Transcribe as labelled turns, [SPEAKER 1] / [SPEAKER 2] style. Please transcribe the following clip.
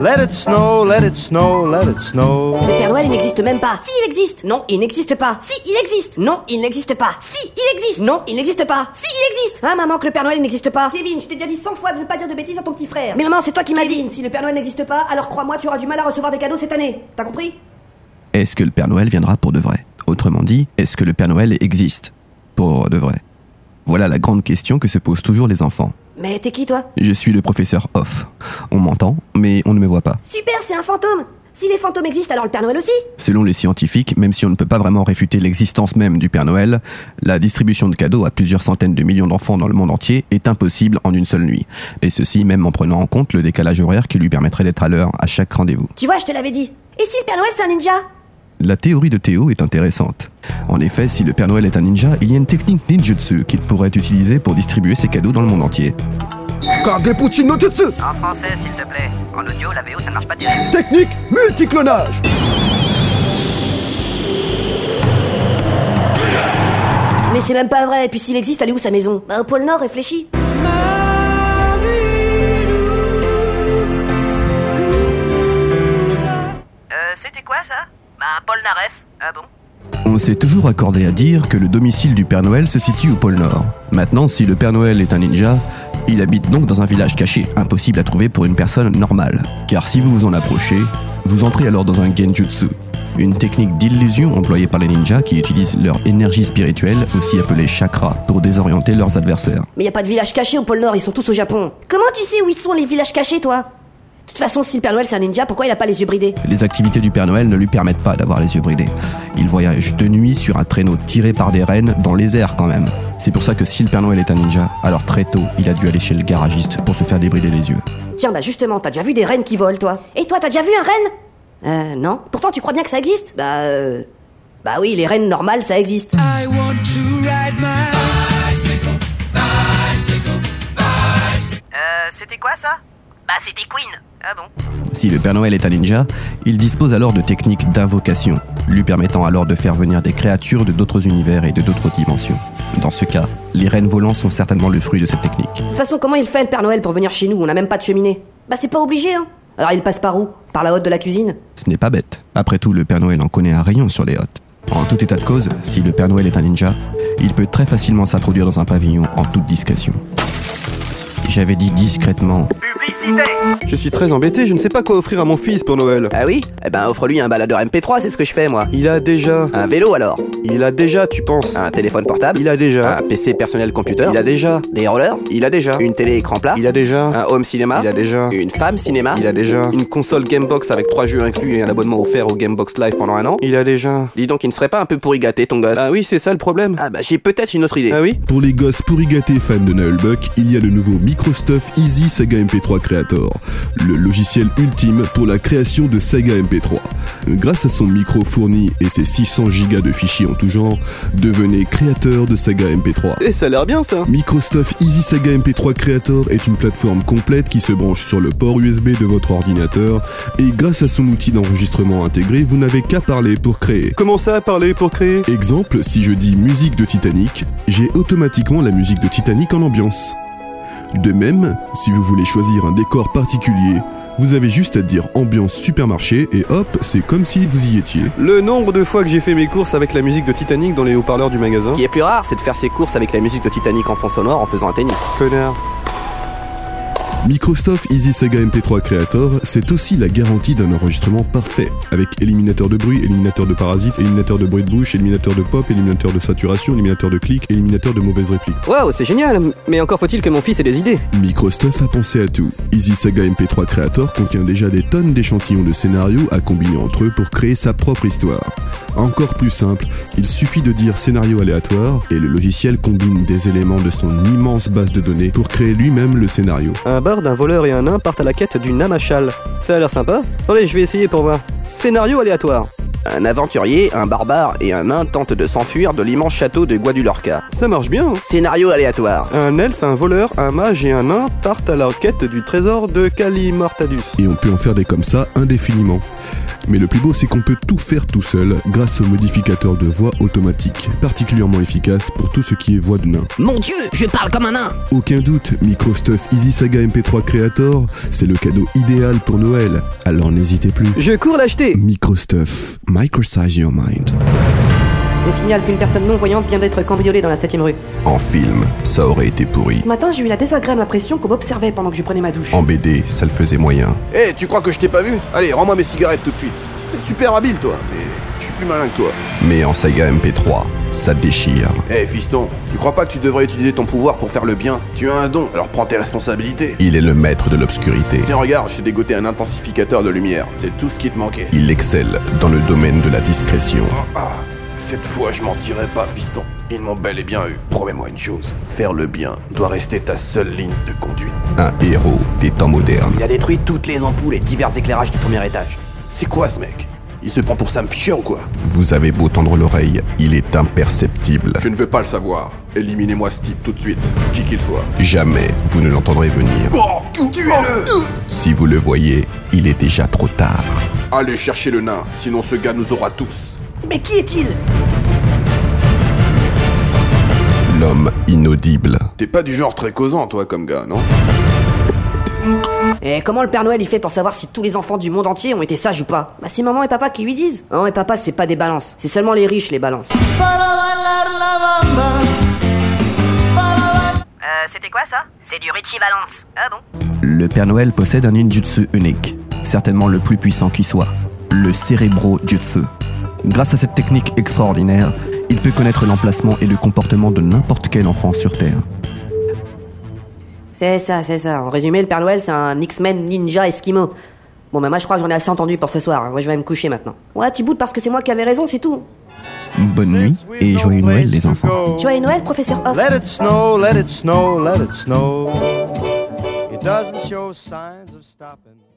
[SPEAKER 1] Let it snow, let it snow, let it snow.
[SPEAKER 2] Le Père Noël, il n'existe même pas. Si, il existe. Non, il n'existe pas. Si, il existe. Non, il n'existe pas. Si, il existe. Non, il n'existe pas. Si, il existe. Hein, maman, que le Père Noël n'existe pas. Kevin, je t'ai déjà dit 100 fois de ne pas dire de bêtises à ton petit frère. Mais maman, c'est toi qui m'as dit. Kevin, si le Père Noël n'existe pas, alors crois-moi, tu auras du mal à recevoir des cadeaux cette année. T'as compris
[SPEAKER 3] Est-ce que le Père Noël viendra pour de vrai Autrement dit, est-ce que le Père Noël existe Pour de vrai Voilà la grande question que se posent toujours les enfants.
[SPEAKER 2] Mais t'es qui, toi
[SPEAKER 3] Je suis le professeur Off. On m'entend, mais on ne me voit pas.
[SPEAKER 2] Super, c'est un fantôme. Si les fantômes existent, alors le Père Noël aussi.
[SPEAKER 3] Selon les scientifiques, même si on ne peut pas vraiment réfuter l'existence même du Père Noël, la distribution de cadeaux à plusieurs centaines de millions d'enfants dans le monde entier est impossible en une seule nuit. Et ceci même en prenant en compte le décalage horaire qui lui permettrait d'être à l'heure à chaque rendez-vous.
[SPEAKER 2] Tu vois, je te l'avais dit. Et si le Père Noël, c'est un ninja
[SPEAKER 3] La théorie de Théo est intéressante. En effet, si le Père Noël est un ninja, il y a une technique ninjutsu qu'il pourrait utiliser pour distribuer ses cadeaux dans le monde entier.
[SPEAKER 1] Kagepuchino Jutsu,
[SPEAKER 4] En français, s'il te plaît. En audio, la VO, ça ne marche pas direct.
[SPEAKER 1] technique multiclonage.
[SPEAKER 2] Mais c'est même pas vrai. Et puis s'il existe, allez où sa maison Bah, au pôle Nord, réfléchis.
[SPEAKER 4] Euh, c'était quoi, ça Bah, Paul Naref. Ah bon
[SPEAKER 3] On s'est toujours accordé à dire que le domicile du Père Noël se situe au pôle Nord. Maintenant, si le Père Noël est un ninja, il habite donc dans un village caché, impossible à trouver pour une personne normale. Car si vous vous en approchez, vous entrez alors dans un genjutsu, une technique d'illusion employée par les ninjas qui utilisent leur énergie spirituelle, aussi appelée chakra, pour désorienter leurs adversaires.
[SPEAKER 2] Mais y a pas de village caché au pôle Nord, ils sont tous au Japon. Comment tu sais où ils sont les villages cachés, toi De toute façon, si le Père Noël c'est un ninja, pourquoi il a pas les yeux bridés
[SPEAKER 3] Les activités du Père Noël ne lui permettent pas d'avoir les yeux bridés. Il voyage de nuit sur un traîneau tiré par des rennes dans les airs quand même. C'est pour ça que si le Père Noël est un ninja, alors très tôt, il a dû aller chez le garagiste pour se faire débrider les yeux.
[SPEAKER 2] Tiens, bah justement, t'as déjà vu des rennes qui volent, toi Et toi, t'as déjà vu un renne Euh, non. Pourtant, tu crois bien que ça existe Bah, euh... Bah oui, les rennes normales, ça existe.
[SPEAKER 5] I want to ride my bicycle, bicycle, bicycle.
[SPEAKER 4] Euh, c'était quoi, ça Bah, c'était Queen. Ah bon
[SPEAKER 3] Si le Père Noël est un ninja, il dispose alors de techniques d'invocation, lui permettant alors de faire venir des créatures de d'autres univers et de d'autres dimensions. Dans ce cas, les rennes volants sont certainement le fruit de cette technique.
[SPEAKER 2] De toute façon, comment il fait le Père Noël pour venir chez nous On n'a même pas de cheminée. Bah, c'est pas obligé, hein. Alors, il passe par où Par la hotte de la cuisine
[SPEAKER 3] Ce n'est pas bête. Après tout, le Père Noël en connaît un rayon sur les hottes. En tout état de cause, si le Père Noël est un ninja, il peut très facilement s'introduire dans un pavillon en toute discrétion. J'avais dit discrètement. Je suis très embêté, je ne sais pas quoi offrir à mon fils pour Noël.
[SPEAKER 6] Ah oui Eh ben offre-lui un baladeur MP3, c'est ce que je fais moi.
[SPEAKER 3] Il a déjà.
[SPEAKER 6] Un vélo alors
[SPEAKER 3] Il a déjà, tu penses.
[SPEAKER 6] Un téléphone portable
[SPEAKER 3] Il a déjà.
[SPEAKER 6] Un PC personnel computer
[SPEAKER 3] Il a déjà.
[SPEAKER 6] Des rollers
[SPEAKER 3] Il a déjà.
[SPEAKER 6] Une télé écran plat
[SPEAKER 3] Il a déjà.
[SPEAKER 6] Un home cinéma
[SPEAKER 3] Il a déjà.
[SPEAKER 6] Une femme cinéma
[SPEAKER 3] Il a déjà.
[SPEAKER 6] Une console Gamebox avec 3 jeux inclus et un abonnement offert au Gamebox Live pendant un an
[SPEAKER 3] Il a déjà.
[SPEAKER 6] Dis donc, il ne serait pas un peu pourri gâté ton gosse
[SPEAKER 3] Ah oui, c'est ça le problème.
[SPEAKER 6] Ah bah j'ai peut-être une autre idée.
[SPEAKER 3] Ah oui
[SPEAKER 7] Pour les gosses pourri gâtés fans de Noël Buck, il y a le nouveau MicroStuff Easy Saga MP3 Creator, le logiciel ultime pour la création de Saga MP3. Grâce à son micro fourni et ses 600 gigas de fichiers en tout genre, devenez créateur de Saga MP3.
[SPEAKER 3] Eh,
[SPEAKER 6] Et ça a l'air bien ça
[SPEAKER 7] MicroStuff Easy Saga MP3 Creator est une plateforme complète qui se branche sur le port USB de votre ordinateur et grâce à son outil d'enregistrement intégré, vous n'avez qu'à parler pour créer.
[SPEAKER 3] Comment ça, parler pour créer
[SPEAKER 7] Exemple, si je dis musique de Titanic, j'ai automatiquement la musique de Titanic en ambiance. De même, si vous voulez choisir un décor particulier, vous avez juste à dire ambiance supermarché et hop, c'est comme si vous y étiez.
[SPEAKER 3] Le nombre de fois que j'ai fait mes courses avec la musique de Titanic dans les haut-parleurs du magasin.
[SPEAKER 6] Ce qui est plus rare, c'est de faire ses courses avec la musique de Titanic en fond sonore en faisant un tennis.
[SPEAKER 3] Connard.
[SPEAKER 7] Microsoft Easy Saga MP3 Creator, c'est aussi la garantie d'un enregistrement parfait, avec éliminateur de bruit, éliminateur de parasites, éliminateur de bruit de bouche, éliminateur de pop, éliminateur de saturation, éliminateur de clics, éliminateur de mauvaises répliques.
[SPEAKER 6] Waouh, c'est génial Mais encore faut-il que mon fils ait des idées.
[SPEAKER 7] MicroStuff a pensé à tout. Easy Saga MP3 Creator contient déjà des tonnes d'échantillons de scénarios à combiner entre eux pour créer sa propre histoire. Encore plus simple, il suffit de dire scénario aléatoire et le logiciel combine des éléments de son immense base de données pour créer lui-même le scénario.
[SPEAKER 6] Un bard, un voleur et un nain partent à la quête du Namachal. Ça a l'air sympa Attendez, je vais essayer pour voir. Scénario aléatoire. Un aventurier, un barbare et un nain tentent de s'enfuir de l'immense château de Guadulorca.
[SPEAKER 3] Ça marche bien. hein.
[SPEAKER 6] Scénario aléatoire.
[SPEAKER 3] Un elfe, un voleur, un mage et un nain partent à la quête du trésor de Calimortadus.
[SPEAKER 7] et on peut en faire des comme ça indéfiniment. Mais le plus beau, c'est qu'on peut tout faire tout seul grâce au modificateur de voix automatique, particulièrement efficace pour tout ce qui est voix de nain.
[SPEAKER 4] Mon dieu, je parle comme un nain
[SPEAKER 7] Aucun doute, MicroStuff Easy Saga MP3 Creator, c'est le cadeau idéal pour Noël, alors n'hésitez plus.
[SPEAKER 6] Je cours l'acheter
[SPEAKER 7] MicroStuff, microsize your mind.
[SPEAKER 2] On signale qu'une personne non-voyante vient d'être cambriolée dans la 7ème rue.
[SPEAKER 3] En film, ça aurait été pourri.
[SPEAKER 2] Ce matin, j'ai eu la désagréable impression qu'on m'observait pendant que je prenais ma douche.
[SPEAKER 3] En BD, ça le faisait moyen.
[SPEAKER 6] Eh, tu crois que je t'ai pas vu Allez, rends-moi mes cigarettes tout de suite. T'es super habile, toi, mais je suis plus malin que toi.
[SPEAKER 3] Mais en saga MP3, ça déchire.
[SPEAKER 6] Eh, fiston, tu crois pas que tu devrais utiliser ton pouvoir pour faire le bien Tu as un don, alors prends tes responsabilités.
[SPEAKER 3] Il est le maître de l'obscurité.
[SPEAKER 6] Tiens, regarde, j'ai dégoté un intensificateur de lumière. C'est tout ce qui te manquait.
[SPEAKER 3] Il excelle dans le domaine de la discrétion.
[SPEAKER 6] Ah, ah, cette fois, je mentirai pas, fiston. Ils m'ont bel et bien eu. Promets-moi une chose. Faire le bien doit rester ta seule ligne de conduite.
[SPEAKER 3] Un héros des temps modernes.
[SPEAKER 4] Il a détruit toutes les ampoules et divers éclairages du premier étage.
[SPEAKER 6] C'est quoi ce mec Il se prend pour Sam Fisher ou quoi
[SPEAKER 3] Vous avez beau tendre l'oreille, il est imperceptible.
[SPEAKER 6] Je ne veux pas le savoir. Éliminez-moi ce type tout de suite, qui qu'il soit.
[SPEAKER 3] Jamais vous ne l'entendrez venir.
[SPEAKER 6] Oh, tuez-le
[SPEAKER 3] Si vous le voyez, il est déjà trop tard.
[SPEAKER 6] Allez chercher le nain, sinon ce gars nous aura tous.
[SPEAKER 4] Mais qui est-il
[SPEAKER 3] L'homme inaudible.
[SPEAKER 6] T'es pas du genre très causant, toi, comme gars, non
[SPEAKER 2] Et Eh, comment le Père Noël il fait pour savoir si tous les enfants du monde entier ont été sages ou pas Bah c'est maman et papa qui lui disent. Non et papa c'est pas des balances, c'est seulement les riches les balances.
[SPEAKER 4] Euh, c'était quoi ça C'est du Richie Valence. Ah bon
[SPEAKER 3] Le Père Noël possède un ninjutsu unique, certainement le plus puissant qui soit, le cérébro jutsu. Grâce à cette technique extraordinaire, il peut connaître l'emplacement et le comportement de n'importe quel enfant sur Terre.
[SPEAKER 2] C'est ça, c'est ça. En résumé, le Père Noël c'est un X-Men ninja esquimau. Bon bah moi je crois que j'en ai assez entendu pour ce soir, Hein. moi je vais me coucher maintenant. Ouais tu boutes parce que c'est moi qui avais raison, c'est tout.
[SPEAKER 3] Bonne nuit et joyeux Noël les enfants.
[SPEAKER 2] Joyeux Noël professeur Hoff.
[SPEAKER 1] Let it snow, let it snow, let it snow. It doesn't show signs of stopping.